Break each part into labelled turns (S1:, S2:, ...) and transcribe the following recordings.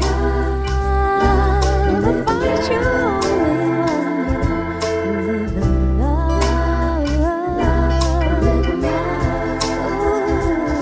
S1: Love, find your only one. Live in love, live in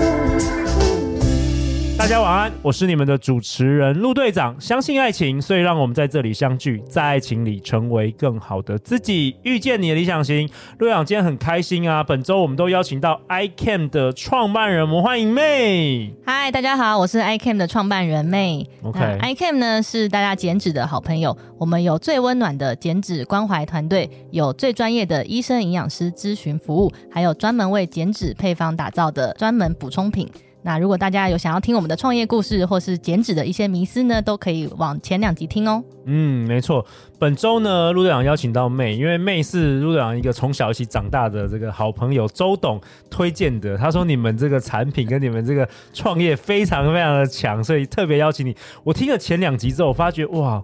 S1: love.
S2: 大家晚安，我是你们的主持人陆队长。相信爱情，所以让我们在这里相聚，在爱情里成为更好的自己，遇见你的理想型。陆队长今天很开心啊！本周我们都邀请到 iCam 的创办人，我们欢迎妹。
S3: 嗨，大家好，我是 iCam 的创办人妹。
S2: OK
S3: 那 iCam 呢是大家减脂的好朋友，我们有最温暖的减脂关怀团队，有最专业的医生营养师咨询服务，还有专门为减脂配方打造的专门补充品。那如果大家有想要听我们的创业故事，或是减脂的一些迷思呢，都可以往前两 集听哦。
S2: 嗯，没错。本周呢，陆队长邀请到妹，因为妹是陆队长一个从小一起长大的这个好朋友周董推荐的。他说你们这个产品跟你们这个创业非常非常的强，所以特别邀请你。我听了前两集之后，我发觉哇，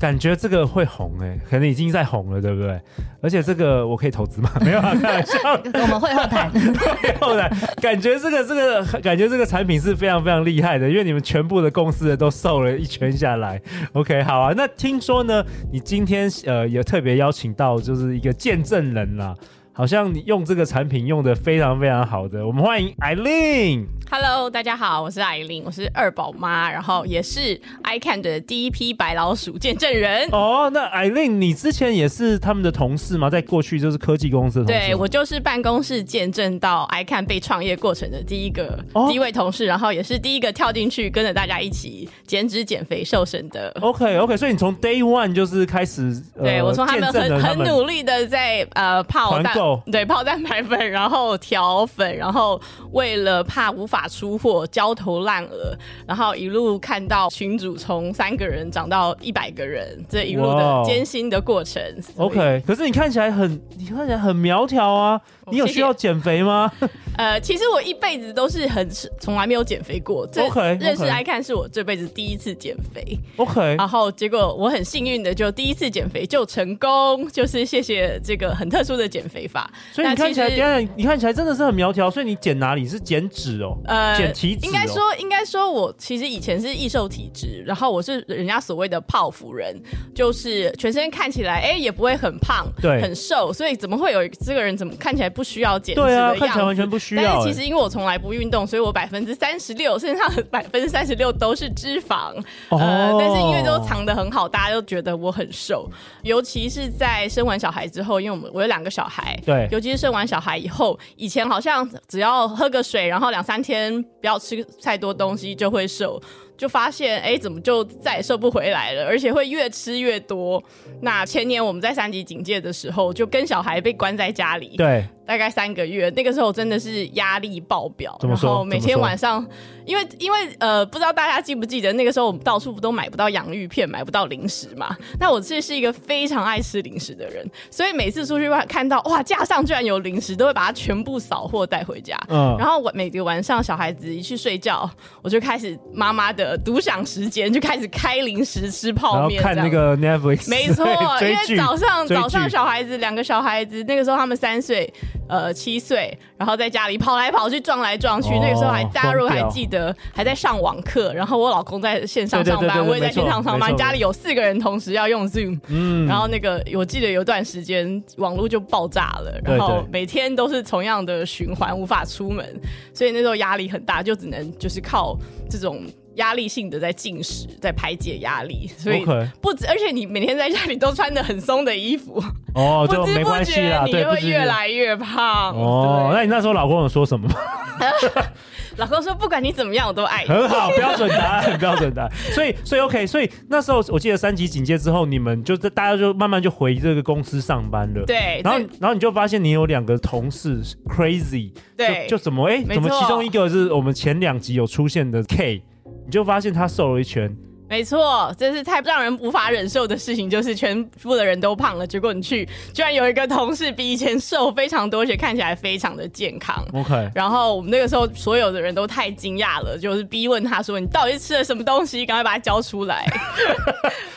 S2: 感觉这个会红哎、可能已经在红了，对不对？而且这个我可以投资吗？没有啊，开玩笑。
S3: 我们会后谈。
S2: 背后来，感觉这个这个感觉这个产品是非常非常厉害的，因为你们全部的公司的都瘦了一圈下来。OK，好啊。那听说呢，你今天呃也特别邀请到就是一个见证人啦，好像你用这个产品用的非常非常好的，我们欢迎 Eileen。
S4: Hello，大家好，我是艾琳，我是二宝妈，然后也是 iCan 的第一批白老鼠见证人。
S2: 哦，那 Eileen，你之前也是他们的同事吗？在过去就是科技公司的同事吗。
S4: 对我就是办公室见证到 iCan 被创业过程的第一个、
S2: 哦
S4: 第一位同事，然后也是第一个跳进去跟着大家一起减脂、减肥、瘦身的。
S2: OK OK，所以你从 Day One 就是开始，呃
S4: 对，我从他们
S2: 见证了
S4: 很
S2: 他
S4: 很
S2: 们
S4: 努力的在呃泡
S2: 团
S4: 蛋
S2: 购，
S4: 对泡蛋白粉，然后调粉，然后为了怕无法出货焦头烂额，然后一路看到群主从三个人涨到一百个人，这一路
S2: 哇
S4: 的
S2: 哦
S4: 艰辛的过程。所以
S2: OK，可是你看起来很，你看起来很苗条啊！你有
S4: 哦谢谢
S2: 需要减肥 吗？
S4: 呃，其实我一辈子都是很从来没有减肥过，这
S2: OK，OK 哎
S4: 认识 i 看是我这辈子第一次减肥，
S2: OK，
S4: 然后结果我很幸运的就第一次减肥就成功，就是谢谢这个很特殊的减肥法。
S2: 所以你
S4: 那
S2: 看
S4: 其
S2: 起来，
S4: 实
S2: 等一下你看起来真的是很苗条，所以你减哪里是减脂哦，
S4: 呃
S2: 减体脂、哦。
S4: 应该说，应该说我其实以前是易瘦体质，然后我是人家所谓的泡芙人，就是全身看起来哎、也不会很胖，
S2: 对
S4: 很瘦，所以怎么会有这个人怎么看起来不需要减脂的
S2: 对啊，
S4: 样子？
S2: 看起来完全不需要、
S4: 但是
S2: 欸
S4: 其实因为我从来不运动，所以我百分之三十六，身上百分之三十六都是脂肪。呃
S2: 哦，
S4: 但是因为都藏得很好，大家都觉得我很瘦。尤其是在生完小孩之后，因为我们我有两个小孩，
S2: 对
S4: 尤其是生完小孩以后，以前好像只要喝个水，然后两三天不要吃太多东西就会瘦，就发现哎、怎么就再也瘦不回来了，而且会越吃越多。那前年我们在三级警戒的时候，就跟小孩被关在家里，
S2: 对，
S4: 大概三个月，那个时候真的是压力爆表，
S2: 怎么
S4: 然
S2: 说
S4: 后每
S2: 怎么
S4: 天
S2: 说
S4: 晚上，因为因为呃，不知道大家记不记得那个时候我们到处都买不到洋芋片，买不到零食嘛。那我这是一个非常爱吃零食的人，所以每次出去外看到哇架上居然有零食，都会把它全部扫货带回家。
S2: 嗯
S4: 然后我每个晚上小孩子一去睡觉，我就开始妈妈的独享时间，就开始开零食吃
S2: 然
S4: 泡
S2: 后
S4: 面，
S2: 看那。个 Netflix，，
S4: 没 错因
S2: 追
S4: 为
S2: 剧，
S4: 早上
S2: 追剧
S4: 早上小孩子两个小孩子，那个时候他们三岁，呃七岁，然后在家里跑来跑去撞来撞去，
S2: 哦
S4: 那个时候还大家如果
S2: 疯
S4: 还
S2: 掉
S4: 记得还在上网课，然后我老公在线上
S2: 对
S4: 上
S2: 对对
S4: 班，
S2: 对对
S4: 我也在线上上
S2: 没错
S4: 班，
S2: 没错
S4: 家里有四个人同时要用 Zoom，
S2: 嗯
S4: 然后那个我记得有一段时间网络就爆炸了，
S2: 对
S4: 然后
S2: 对
S4: 每天都是同样的循环，无法出门，所以那时候压力很大，就只能就是靠这种压力性的在进食，在排解压力。所以
S2: OK
S4: 不止，而且你每天在家里都穿的很松的衣服，
S2: 哦，就
S4: 不知
S2: 没
S4: 不
S2: 关系
S4: 觉
S2: 啦，
S4: 你
S2: 对，
S4: 就
S2: 不
S4: 会
S2: 知
S4: 越来越胖。
S2: 哦，那
S4: 对
S2: 你那时候老公有说什么吗？
S4: 老公说不管你怎么样，我都爱你。
S2: 很好，标准答案，标准答案。所以，所以 OK，所以那时候我记得三级警戒之后，你们就大家就慢慢就回这个公司上班了。。
S4: 对，
S2: 然后
S4: 这，
S2: 然后你就发现你有两个同事是 crazy，
S4: 对
S2: 就就怎么哎，
S4: 没
S2: 怎么
S4: 错
S2: 其中一个是我们前两集有出现的 K，你就发现他瘦了一圈，
S4: 没错，这是太让人无法忍受的事情，就是全部的人都胖了，结果你去居然有一个同事比以前瘦非常多，而且看起来非常的健康。
S2: OK，
S4: 然后我们那个时候所有的人都太惊讶了，就是逼问他说：“你到底吃了什么东西？赶快把它交出来。”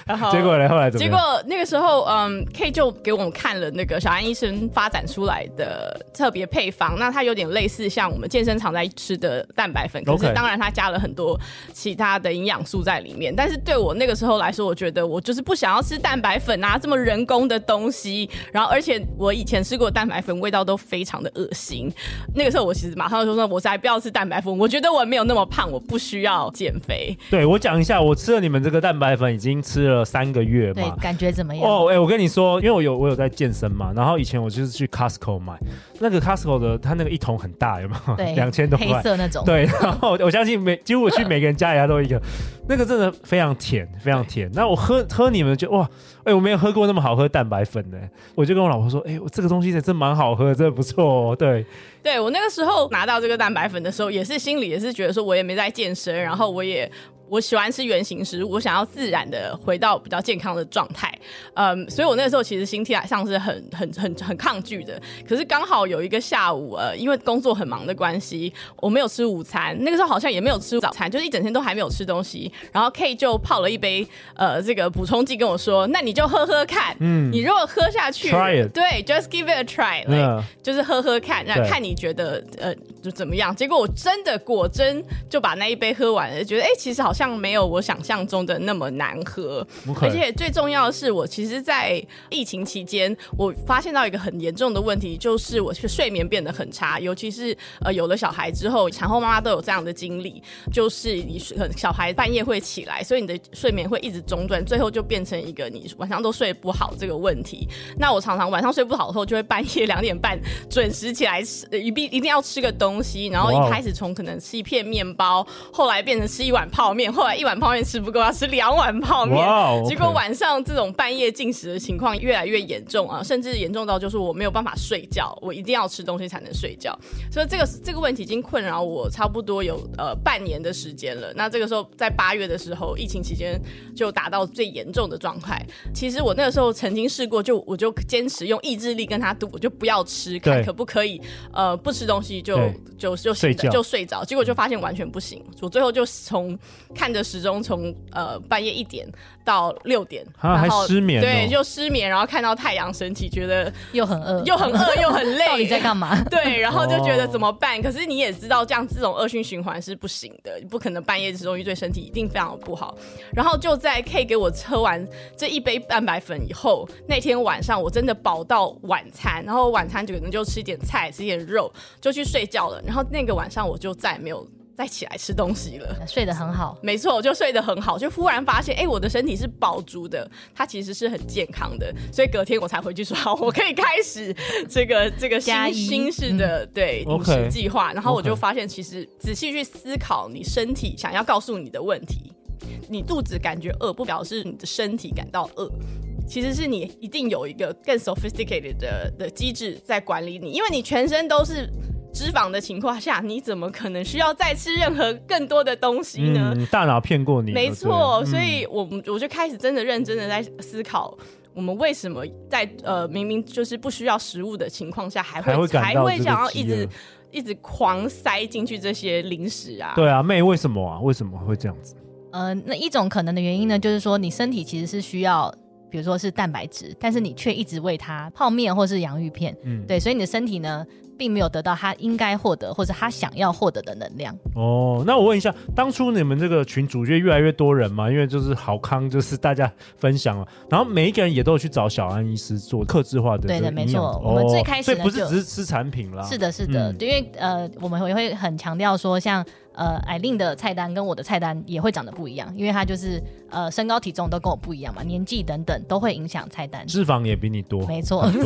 S4: 然后
S2: 结果呢？后来怎么
S4: 结
S2: 样？
S4: 果那个时候，嗯，K 就给我们看了那个小安医生发展出来的特别配方，那它有点类似像我们健身常在吃的蛋白粉，可
S2: OK
S4: 是当然它加了很多其他的营养素在里面。但是对我那个时候来说，我觉得我就是不想要吃蛋白粉啊，这么人工的东西。然后，而且我以前吃过蛋白粉，味道都非常的恶心。那个时候我其实马上就说，我才不要吃蛋白粉，我觉得我没有那么胖，我不需要减肥。
S2: 对我讲一下，我吃了你们这个蛋白粉已经吃了三个月
S3: 对
S2: 嘛，。
S3: 感觉怎么样？
S2: 哦，哎、我跟你说，因为我有我有在健身嘛，然后以前我就是去 Costco 买那个 Costco 的，它那个一桶很大，有没有？
S3: 对，
S2: 两千多
S3: 黑
S2: 块。
S3: 色那种，
S2: 对，然后我相信每几乎我去每个人家里，他都一个，那个真的非常甜，非常甜。那我喝喝你们就哇，哎、我没有喝过那么好喝蛋白粉呢、我就跟我老婆说，哎、我这个东西真的蛮好喝，真的不错哦。对，
S4: 对我那个时候拿到这个蛋白粉的时候，也是心里也是觉得说，我也没在健身，然后我也我喜欢吃原形食物，我想要自然的回到比较健康的状态。嗯，所以我那个时候其实心态上是很很很很抗拒的。可是刚好有一个下午，呃，因为工作很忙的关系，我没有吃午餐，那个时候好像也没有吃早餐，就是一整天都还没有吃东西。然后 K 就泡了一杯呃这个补充剂跟我说，那你就喝喝看，嗯，你如果喝下去
S2: Try it
S4: 对，just give it a try，、
S2: 嗯
S4: 就是喝喝看，那
S2: 对
S4: 看你觉得呃就怎么样。结果我真的果真就把那一杯喝完了，觉得哎、诶其实好像没有我想象中的那么难喝。
S2: OK
S4: 而且最重要的是，我其实，在疫情期间，我发现到一个很严重的问题，就是我睡眠变得很差，尤其是呃有了小孩之后，产后妈妈都有这样的经历，就是你睡呃小孩半夜会起来，所以你的睡眠会一直中断，最后就变成一个你晚上都睡不好这个问题。那我常常晚上睡不好后，就会半夜两点半准时起来吃，呃一定一定要吃个东西，然后
S2: 哇哦
S4: 一开始从可能吃一片面包，后来变成吃一碗泡面，后来一碗泡面吃不够，要吃两碗泡面
S2: 哇哦，
S4: 结果
S2: OK
S4: 晚上这种半夜进食的情况越来越严重啊，甚至严重到就是我没有办法睡觉，我一定要吃东西才能睡觉。所以这个这个问题已经困扰我差不多有呃半年的时间了。那这个时候在八月的时候，疫情期间就达到最严重的状态。其实我那个时候曾经试过，就我就坚持用意志力跟他赌，我就不要吃，看
S2: 对
S4: 可不可以呃不吃东西就
S2: 对
S4: 就就
S2: 睡觉
S4: 就睡着。结果就发现完全不行，我最后就从看着时钟从呃半夜一点到六点，
S2: 啊
S4: 然后
S2: 还失眠哦
S4: 对，就失眠，然后看到太阳升起，觉得
S3: 又很饿，
S4: 又很饿又很累，
S3: 到底在干嘛？
S4: 对，然后就觉得
S2: 哦
S4: 怎么办？可是你也知道，这样这种恶性循环是不行的，不可能半夜吃东西对身体一定非常不好。然后就在 K 给我喝完这一杯蛋白粉以后，那天晚上我真的饱到晚餐，然后晚餐就可能就吃一点菜，吃一点肉，就去睡觉了。然后那个晚上我就再也没有再起来吃东西了。
S3: 睡得很好，
S4: 没错，我就睡得很好，就忽然发现，哎、我的身体是饱足的，它其实是很健康的，所以隔天我才回去说，好，我可以开始这个 这个新
S3: 加一嗯
S4: 新式的、对饮
S2: OK
S4: 食计划。然后我
S2: OK
S4: 就发现，其实仔细去思考你身体想要告诉你的问题，你肚子感觉饿，不表示你的身体感到饿。其实是你一定有一个更 sophisticated 的的机制在管理你，因为你全身都是脂肪的情况下，你怎么可能需要再吃任何更多的东西呢？
S2: 嗯，大脑骗过你了，
S4: 没
S2: 对
S4: 错，
S2: 嗯
S4: 所以我们我就开始真的认真的在思考。我们为什么在呃明明就是不需要食物的情况下，还会
S2: 还会感到
S4: 会
S2: 这个
S4: 想要
S2: 饥
S4: 一直
S2: 饿
S4: 一直狂塞进去这些零食啊？
S2: 对啊，妹，为什么啊？为什么会这样子？
S3: 呃，那一种可能的原因
S2: 嗯
S3: 呢，就是说你身体其实是需要，比如说是蛋白质，但是你却一直喂它泡面或是洋芋片，
S2: 嗯，
S3: 对，所以你的身体呢，并没有得到它应该获得或者它想要获得的能量。
S2: 哦，那我问一下，当初你们这个群组就越来越多人嘛，因为就是好康，就是大家分享了，然后每一个人也都有去找小安医师做克制化的
S3: 对的
S2: 这个
S3: 没
S2: 营养
S3: 错
S2: 哦
S3: 我们最开
S2: 所
S3: 始呢
S2: 以不是
S3: 就
S2: 只是吃产品啦，
S3: 是的，是的，
S2: 嗯
S3: 因为呃，我们也会很强调说，像呃，艾琳的菜单跟我的菜单也会长得不一样，因为她就是呃，身高体重都跟我不一样嘛，年纪等等都会影响菜单。
S2: 脂肪也比你多。
S3: 没错，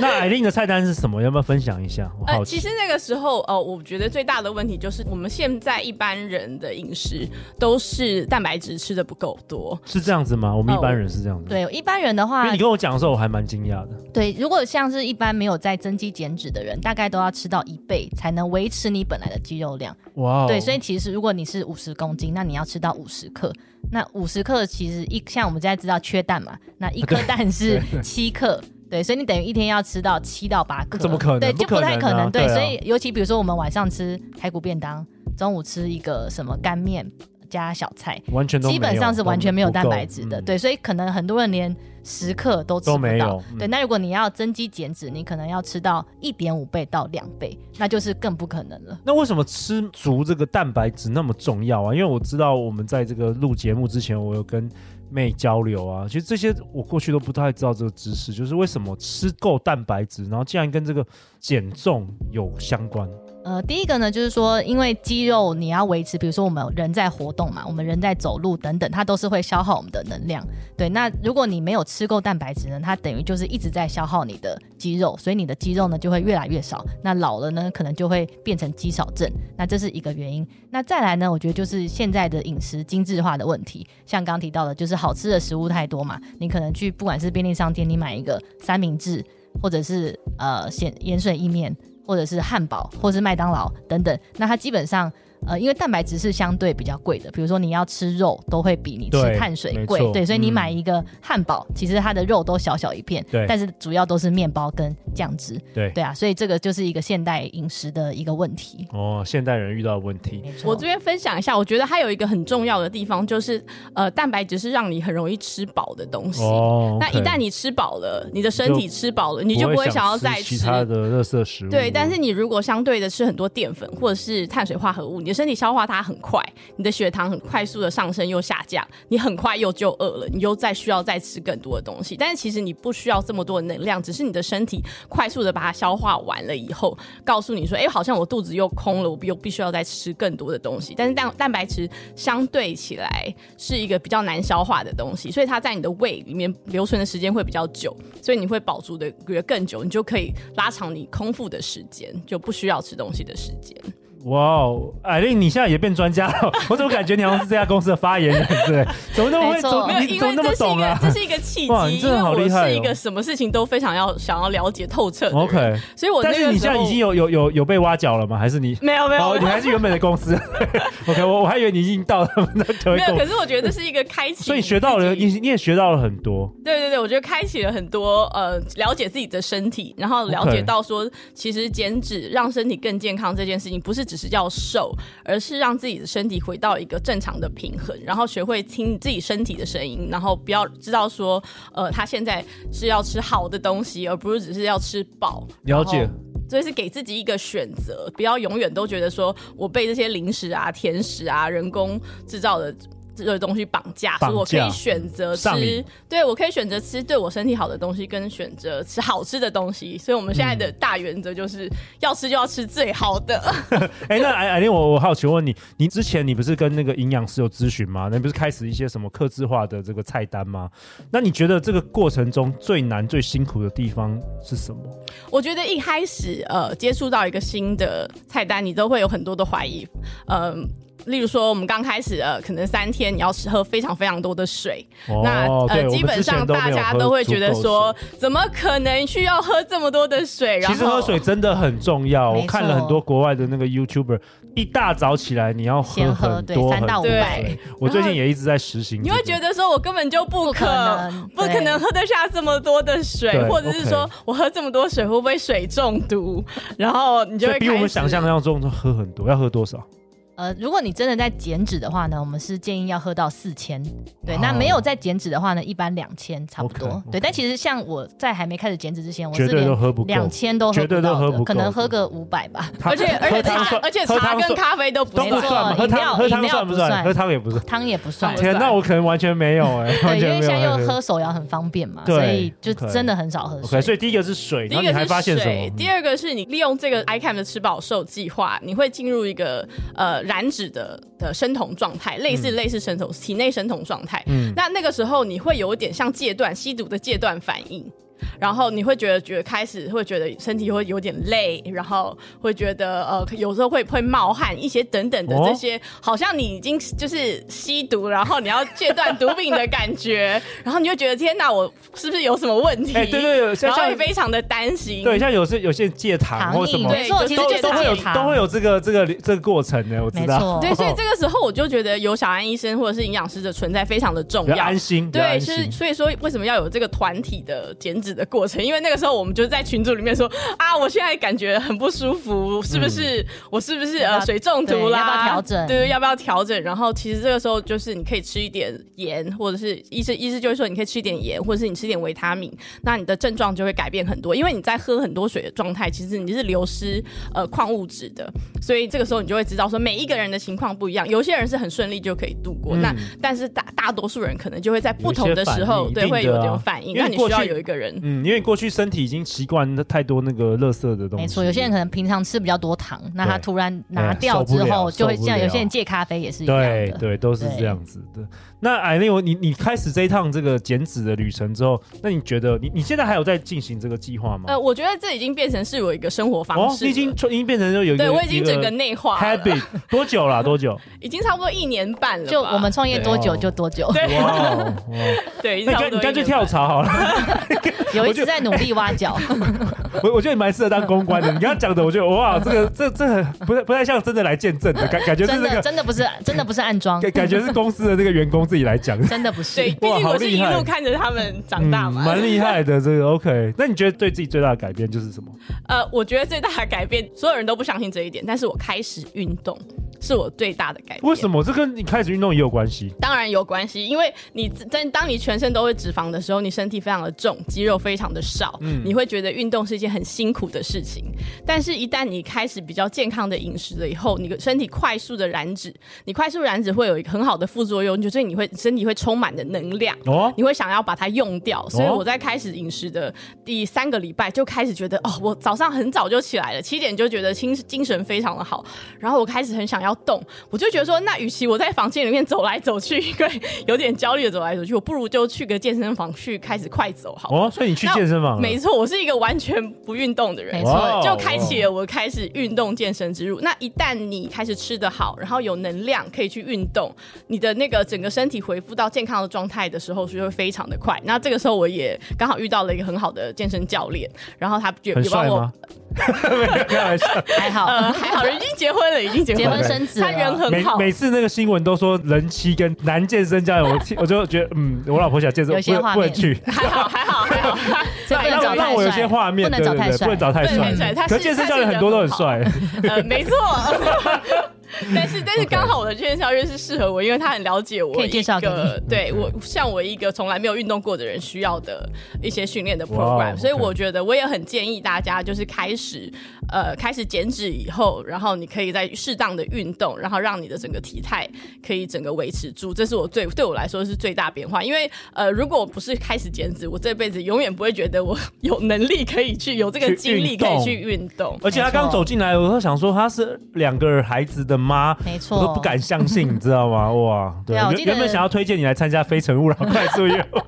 S2: 那艾琳的菜单是什么？要不要分享一下？我好
S4: 呃，其
S2: 奇。
S4: 实那个时候，呃，我觉得最大的问题就是我们现在一般人的饮食都是蛋白质吃的不够多，
S2: 是这样子吗？我们一般人是这样子。，
S3: 哦对一般人的
S2: 因
S3: 话
S2: 为你，跟我讲的时候，我还蛮惊讶的。
S3: 对，如果像是一般没有在增肌减脂的人，大概都要吃到一倍才能维持你本来的肌肉量。
S2: 哇哦，
S3: 对，所以其实如果你是五十公斤，那你要吃到五十克。那五十克其实一像我们现在知道缺蛋嘛，那一颗蛋是七克。对，所以你等于一天要吃到七到八克，
S2: 怎么可能
S3: 对，
S2: 不
S3: 就
S2: 可
S3: 太
S2: 能
S3: 可
S2: 啊
S3: 能。对，
S2: 对啊
S3: 所以尤其比如说我们晚上吃排骨便当，中午吃一个什么干面加小菜，
S2: 完全都没
S3: 基
S2: 有
S3: 本上是完全没有
S2: 都不
S3: 蛋
S2: 够
S3: 白质的。
S2: 嗯
S3: 对，所以可能很多人连十克都吃
S2: 都
S3: 不
S2: 没
S3: 到
S2: 有。嗯
S3: 对，那如果你要增肌减脂，你可能要吃到一点五倍到两倍，那就是更不可能了。
S2: 那为什么吃足这个蛋白质那么重要啊？因为我知道我们在这个录节目之前，我有跟妹交流啊，其实这些我过去都不太知道这个知识，就是为什么吃够蛋白质，然后竟然跟这个减重有相关。
S3: 呃，第一个呢，就是说，因为肌肉你要维持，比如说我们人在活动嘛，我们人在走路等等，它都是会消耗我们的能量。对，那如果你没有吃够蛋白质呢，它等于就是一直在消耗你的肌肉，所以你的肌肉呢就会越来越少。那老了呢，可能就会变成肌少症，那这是一个原因。那再来呢，我觉得就是现在的饮食精致化的问题，像刚提到的，就是好吃的食物太多嘛，你可能去不管是便利商店，你买一个三明治，或者是呃咸盐水意面，或者是汉堡，或是麦当劳等等。那它基本上呃，因为蛋白质是相对比较贵的，比如说你要吃肉，都会比你
S2: 对
S3: 吃碳水贵
S2: 没错，
S3: 对，所以你
S2: 嗯
S3: 买一个汉堡，其实它的肉都小小一片，
S2: 对
S3: 但是主要都是面包跟酱汁，
S2: 对
S3: 对啊，所以这个就是一个现代饮食的一个问题。
S2: 哦，现代人遇到的问题，
S3: 没错
S4: 我这边分享一下，我觉得它有一个很重要的地方，就是呃，蛋白质是让你很容易吃饱的东西。
S2: 哦
S4: 那一
S2: OK
S4: 旦你吃饱了，你的身体吃饱了，你就不
S2: 不
S4: 会想要
S2: 吃
S4: 再
S2: 其
S4: 吃。
S2: 他的热色食物。
S4: 对，但是你如果相对的吃很多淀粉或者是碳水化合物，你的身体消化它很快，你的血糖很快速的上升又下降，你很快又就饿了，你又再需要再吃更多的东西。但是其实你不需要这么多的能量，只是你的身体快速的把它消化完了以后，告诉你说，哎、好像我肚子又空了，我又必须要再吃更多的东西。但是蛋蛋白质相对起来是一个比较难消化的东西，所以它在你的胃里面留存的时间会比较久，所以你会饱足的越更久，你就可以拉长你空腹的时间，就不需要吃东西的时间。
S2: 哇哦，艾琳，你现在也变专家了， 我怎么感觉你好像是这家公司的发言人？对，怎么那么会，
S3: 没错
S2: 怎么
S4: 没有，
S2: 哦你
S4: 因
S2: 怎么
S4: 为
S2: 那么
S4: 这是一
S2: 懂
S4: 个
S2: 啊
S4: 这是一个契
S2: 哇你
S4: 机，因
S2: 真的
S4: 为
S2: 好厉
S4: 我
S2: 害哦
S4: 是一个什么事情都非常要想要了解透彻的 人
S2: ？OK，
S4: 所以我那
S2: 但
S4: 个
S2: 是你
S4: 时
S2: 现在
S4: 候
S2: 已经有有有有被挖角了吗？还是你？
S4: 没有没有
S2: 哦，你还是原本的公司 ？OK，我我还以为你已经到他们的同一
S4: 没
S2: 个
S4: 有，
S2: 公
S4: 可
S2: 司，
S4: 是我觉得这是一个开 启，
S2: 所以你学到了，你你也学到了很多。
S4: 对对对，我觉得开启了很多呃，了解自己的身体，然后了
S2: OK
S4: 解到说其实减脂让身体更健康这件事情，不是只是要瘦，而是让自己的身体回到一个正常的平衡，然后学会听自己身体的声音，然后不要知道说，呃，他现在是要吃好的东西，而不是只是要吃饱。
S2: 了解
S4: 然后。所以是给自己一个选择，不要永远都觉得说我被这些零食啊、甜食啊、人工制造的这个东西绑架，所以我可
S2: 绑架
S4: 以选择
S2: 上瘾
S4: 吃，对我可以选择吃对我身体好的东西，跟选择吃好吃的东西。所以我们现在的大原则就是、要吃就要吃最好的。
S2: 哎、那艾艾琳，我我好奇问你，你之前你不是跟那个营养师有咨询吗？那你不是开始一些什么客制化的这个菜单吗？那你觉得这个过程中最难、最辛苦的地方是什么？
S4: 我觉得一开始呃接触到一个新的菜单，你都会有很多的怀疑，嗯、例如说，我们刚开始呃，可能三天你要吃喝非常非常多的水，那
S2: 哦，
S4: 呃
S2: 对，，我们
S4: 基本
S2: 之前
S4: 上
S2: 都没
S4: 大
S2: 有
S4: 家
S2: 喝
S4: 都会
S2: 足
S4: 觉得
S2: 够
S4: 说
S2: 水，
S4: 怎么可能需要喝这么多的水？然
S2: 其实
S4: 后
S2: 喝水真的很重要。
S3: 没
S2: 我看了很
S3: 错
S2: 多国外的那个 YouTuber，一大早起来你要喝
S3: 先喝
S2: 很
S3: 对
S2: 多
S3: 三
S2: 很
S3: 到
S2: 多
S4: 五杯
S2: 水。我最近也一直在实行这
S4: 你
S2: 个，
S4: 会觉得说我根本就不
S3: 不可
S4: 可
S3: 能，
S4: 不可能
S3: 对。
S4: 喝得下这么多的水
S2: 对，
S4: 或者是
S2: OK
S4: 说我喝这么多水会不会水中毒？然后你就
S2: 所
S4: 会
S2: 以比我
S4: 开
S2: 们
S4: 始
S2: 想象当中喝很多，要喝多少？
S3: 呃，如果你真的在减脂的话呢，我们是建议要喝到四千。对，那
S2: 哇哦
S3: 没有在减脂的话呢，一般两千差不多。
S2: OK，OK
S3: 对，但其实像我在还没开始减脂之前，我
S2: 绝
S3: 是
S2: 对都
S3: 连
S2: 喝不够。
S3: 两千都喝
S2: 绝
S3: 不
S2: 对都
S3: 到
S2: 喝
S3: 的，
S2: 不够
S3: 可能喝个五百吧。
S2: 他
S4: 而且而且
S2: 喝汤
S4: 茶
S2: 算
S4: 而且
S2: 喝
S4: 茶
S2: 汤
S4: 跟
S2: 算
S4: 咖啡都不
S2: 都不
S3: 没错
S2: 算嘛，喝
S3: 饮料
S2: 汤喝汤
S3: 饮料
S2: 算不
S3: 不
S2: 算？
S3: 算
S2: 喝汤也不算。
S3: 汤也不算，
S4: 汤不
S2: 天，
S4: 算
S2: 那我可能完全没有哎，完
S3: 对，
S2: 全
S3: 因为
S2: 没有
S3: 现在
S2: 喝
S3: 又
S2: 水。
S3: 喝手摇很方便嘛，
S2: 对
S3: 所以就
S2: OK
S3: 真的很少喝
S2: OK，所
S3: 水。
S2: 以第一个是水，
S4: 第
S2: 然
S4: 一
S2: 后你
S4: 个
S2: 还发现
S4: 是
S2: 什
S4: 水，
S2: 么？
S4: 第二个是你利用这个 ICAM 的吃饱瘦计划，你会进入一个呃燃脂的的生酮状态，类似类似生酮、体内生酮状态。
S2: 嗯
S4: 那那个时候你会有一点像戒断吸毒的戒断反应。然后你会觉得觉得开始会觉得身体会有点累，然后会觉得呃有时候会会冒汗一些等等的
S2: 哦
S4: 这些，好像你已经就是吸毒，然后你要戒断毒品的感觉，然后你会觉得天哪，我是不是有什么问题？
S2: 哎对对对像
S4: 然后
S2: 像
S4: 也非常的担心。
S2: 对，像有些有些戒糖
S3: 糖
S2: 或什
S3: 瘾，
S2: 么，
S4: 对
S3: 没错，
S4: 就
S3: 其实
S4: 都
S3: 就是
S2: 都会有
S3: 戒糖
S2: 都会有这个这个这个过程的，我知
S3: 没
S2: 道。
S3: 错，
S4: 对，所以这个时候我就觉得有小安医生或者是营养师的存在非常的重
S2: 比较
S4: 要
S2: 安。心，比较
S4: 对，
S2: 安
S4: 就
S2: 心
S4: 是。所以说为什么要有这个团体的减脂的过程？因为那个时候我们就在群组里面说啊，我现在感觉很不舒服，是不是？
S2: 嗯
S4: 我是不是
S3: 要
S4: 呃
S3: 不要
S4: 水中毒
S3: 对
S4: 啦？
S3: 要不要调整
S4: 对，要不要调整？然后其实这个时候就是你可以吃一点盐，或者是医生医师就会说你可以吃一点盐，或者是你吃一点维他命，那你的症状就会改变很多。因为你在喝很多水的状态，其实你是流失呃矿物质的，所以这个时候你就会知道说每一个人的情况不一样，有些人是很顺利就可以度过，
S2: 嗯
S4: 那但是大大多数人可能就会在不同的时
S2: 有
S4: 候
S2: 一些反应一定
S4: 对
S2: 的啊
S4: 会有点反应，
S2: 因为
S4: 那
S2: 你
S4: 你
S2: 过
S4: 需
S2: 去
S4: 要有一个人。
S2: 嗯，因为过去身体已经习惯太多那个垃圾的东西。
S3: 没错，有些人可能平常吃比较多糖，那他突然拿
S2: 嗯
S3: 掉
S2: 受不
S3: 之后
S2: 了
S3: 就会
S2: 受不
S3: 这样。有
S2: 了
S3: 些人戒咖啡也是一样
S2: 对
S3: 的。
S2: 对，都是
S3: 对
S2: 这样子的。那艾丽，我你你开始这一趟这个减脂的旅程之后，那你觉得你你现在还有在进行这个计划吗？
S4: 呃，我觉得这已经变成是我一个生活方
S2: 哦，
S4: 式了、
S2: 你已经已经变成就有一个
S4: 对我已经整
S2: 一
S4: 个内化了
S2: habit 多久了？多久？
S4: 已经差不多一年半了吧。
S3: 就我们创业多久
S2: 对
S3: 就多久，
S4: 对
S2: 哇哦，哇哦
S4: 对，已
S2: 那
S4: 经
S2: 你
S4: 差
S2: 干
S4: 不多
S2: 你干脆
S4: 一年
S2: 跳
S4: 半
S2: 槽好 了。
S3: 有一
S2: 我
S3: 直
S2: 就
S3: 在努力 挖角。
S2: 我我觉得你蛮适合当公关的。你刚刚讲的，我觉得哇，这个这这很不太不太像真的来见证的感感觉是
S3: 真
S2: 这
S3: 的
S2: 个
S3: 真的不是真的不是暗装，
S2: 感感觉是公司的这个员工自己来讲。
S3: 真的不是
S4: 对，。毕
S2: 哇
S4: 竟
S2: 好
S4: 我是
S2: 厉
S4: 一
S2: 害
S4: 路看着他们长大嘛。
S2: 嗯蛮厉害的。这个 OK，那你觉得对自己最大的改变就是什么？
S4: 呃，我觉得最大的改变，所有人都不相信这一点，但是我开始运动是我最大的改变。
S2: 为什么？这跟你开始运动也有关系。
S4: 当然有关系，因为你真当你全身都是脂肪的时候，你身体非常的重，肌肉非常的少，你会觉得运动是一件很辛苦的事情。但是，一旦你开始比较健康的饮食了以后，你的身体快速的燃脂，你快速燃脂会有一个很好的副作用，就是你会身体会充满的能量。
S2: 哦，
S4: 你会想要把它用掉，所以我在开始饮食的第三个礼拜就开始觉得，哦，我早上很早就起来了，七点就觉得精精神非常的好，然后我开始很想要动，我就觉得说，那与其我在房间里面走来走去，因为有点焦虑的走来走去，我不如就去个健身房去开始快走好了。
S2: 哦，所以你去健身房了？
S4: 没错，我是一个完全不运动的人
S3: 没，错
S2: 哇哦
S4: 就开启了我开始运动健身之路。那一旦你开始吃得好，然后有能量可以去运动，你的那个整个身体恢复到健康的状态的时候，就会非常的快。那这个时候我也刚好遇到了一个很好的健身教练，然后他也
S2: 很
S4: 也帮
S2: 帅
S4: 我
S2: 吗，？没有开玩笑。
S3: 还好，
S4: 呃，还好，人已经结婚了，已经结婚
S3: 结
S4: 了
S3: 婚，生子
S4: 他人
S3: 了，
S4: 很
S2: 每
S4: 好。
S2: 每次那个新闻都说人妻跟男健身教练，我听我就觉得嗯，我老婆想健身，
S3: 有些
S2: 不能
S3: 画
S2: 不
S3: 面
S2: 能去。
S4: 还好，还好，还好，
S3: 所以不能找
S2: 让让
S3: 太
S2: 我有些
S3: 帅，
S2: 画面，
S3: 不能找太
S2: 对对对
S3: 帅
S2: 不能找太
S4: 不能太
S2: 帅
S4: 帅。他
S2: 可
S4: 是
S2: 健身教练很多都很帅，
S4: 呃，没错。 但是，但是刚好我的健身教练是适合我，因为他很了解我一
S3: 可
S4: 个，
S3: 以介绍给你嗯
S4: 对我像我一个从来没有运动过的人需要的一些训练的
S2: 哇
S4: program，、
S2: ，OK
S4: 所以我觉得我也很建议大家就是开始呃开始减脂以后，然后你可以在适当的运动，然后让你的整个体态可以整个维持住，这是我最对我来说是最大变化。因为呃，如果我不是开始减脂，我这辈子永远不会觉得我 有能力可以去有这个
S2: 去
S4: 精力
S2: 运
S4: 可
S2: 动
S4: 以去运动。
S2: 而且他
S3: 没错
S2: 刚走进来，我都想说他是两个孩子的妈，
S3: 没
S2: 我
S3: 错，
S2: 都不敢相信，你知道吗？哇，对，
S3: 对啊我
S2: 原
S3: 记得
S2: 原本想要推荐你来参加《非诚勿扰》快速约会，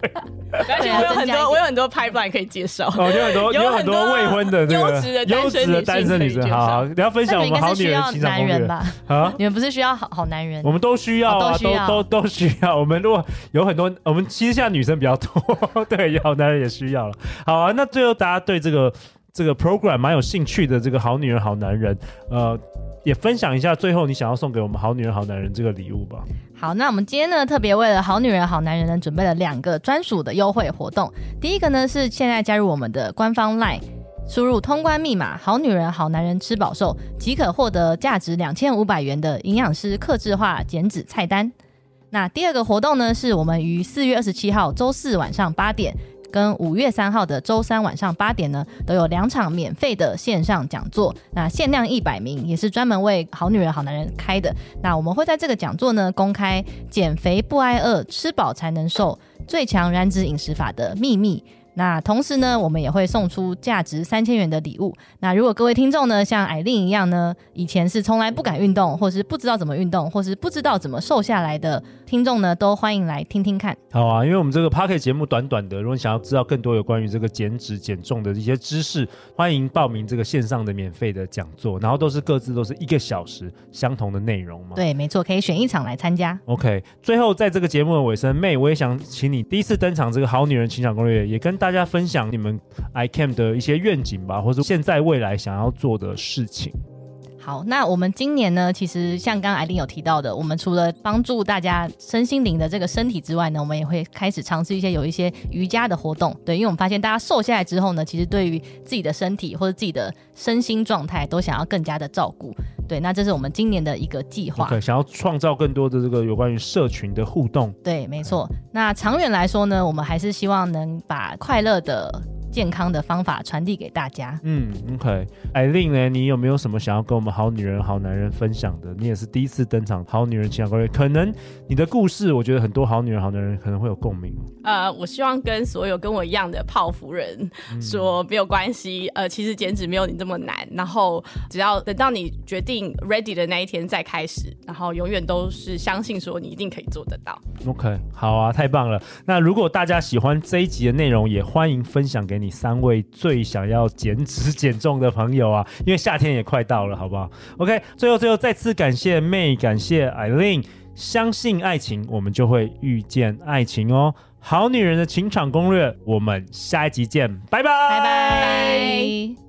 S4: 而且我有
S3: 对啊增
S4: 很
S3: 加一点
S4: 多，我有很多 pipeline 可以介绍。
S2: 哦，有很多
S4: 有
S2: 有很
S4: 很
S2: 多
S4: 多
S2: 未婚的这个
S4: 优质的单
S2: 优
S4: 身
S2: 质的单身女
S4: 女性
S2: 生，
S4: 可以介绍
S2: 好好，你要分
S3: 那
S2: 享
S3: 你
S2: 我
S3: 们应
S2: 们
S3: 该
S2: 好
S3: 是
S2: 女
S3: 需
S2: 人
S3: 要
S2: 情场
S3: 男
S2: 攻
S3: 人
S2: 略
S3: 吧？
S2: 啊。
S3: 你们不是需要好好男人
S2: 我？们都需要啊，
S3: 哦都需要
S2: 都都需要。我们如果有很多，我们其实现在女生比较多， 对，有男人也需要了。好啊，那最后大家对这个这个 program 蛮有兴趣的，这个好女人好男人，呃，也分享一下最后你想要送给我们好女人好男人这个礼物吧。
S3: 好，那我们今天呢，特别为了好女人、好男人呢，准备了两个专属的优惠活动。第一个呢是现在加入我们的官方 LINE。输入通关密码“好女人好男人吃饱瘦”，即可获得价值两千五百元的营养师客制化减脂菜单。那第二个活动呢，是我们于四月二十七号周四晚上八点，跟五月三号的周三晚上八点呢，都有两场免费的线上讲座，那限量一百名，也是专门为好女人、好男人开的。那我们会在这个讲座呢，公开减肥不挨饿，吃饱才能瘦，最强燃脂饮食法的秘密。那同时呢，我们也会送出价值三千元的礼物。那如果各位听众呢，像艾琳一样呢，以前是从来不敢运动，或是不知道怎么运动，或是不知道怎么瘦下来的听众呢，都欢迎来听听看。
S2: 好啊，因为我们这个 p o c k e t 节目短短的，如果你想要知道更多有关于这个减脂减重的一些知识，欢迎报名这个线上的免费的讲座，然后都是各自都是一个小时相同的内容嘛。
S3: 对，没错，可以选一场来参加。
S2: OK，最后在这个节目的尾声，妹，我也想请你第一次登场这个《好女人情场攻略》，也跟大家分享你们 iCam 的一些愿景吧，或者现在未来想要做的事情。
S3: 好，那我们今年呢，其实像刚刚艾琳有提到的，我们除了帮助大家身心灵的这个身体之外呢，我们也会开始尝试一些有一些瑜伽的活动。对，因为我们发现大家瘦下来之后呢，其实对于自己的身体或者自己的身心状态都想要更加的照顾。对，那这是我们今年的一个计划。
S2: OK，想要创造更多的这个有关于社群的互动。
S3: 对，没错。那长远来说呢，我们还是希望能把快乐的、健康的方法传递给大家。
S2: 嗯，OK，艾琳呢？你有没有什么想要跟我们好女人、好男人分享的？你也是第一次登场，好女人情感攻略，可能你的故事，我觉得很多好女人、好男人可能会有共鸣哦。
S4: 呃，我希望跟所有跟我一样的泡芙人说，没有关系，呃，其实减脂没有你这么难，然后只要等到你决定 ready 的那一天再开始，然后永远都是相信说你一定可以做得到。
S2: OK，好啊，太棒了。那如果大家喜欢这一集的内容，也欢迎分享给你三位最想要减脂减重的朋友啊，因为夏天也快到了，好不好？OK，最后最后再次感谢 May，感谢 Eileen，相信爱情，我们就会遇见爱情哦。好女人的情场攻略，我们下一集见，拜拜，
S3: 拜拜。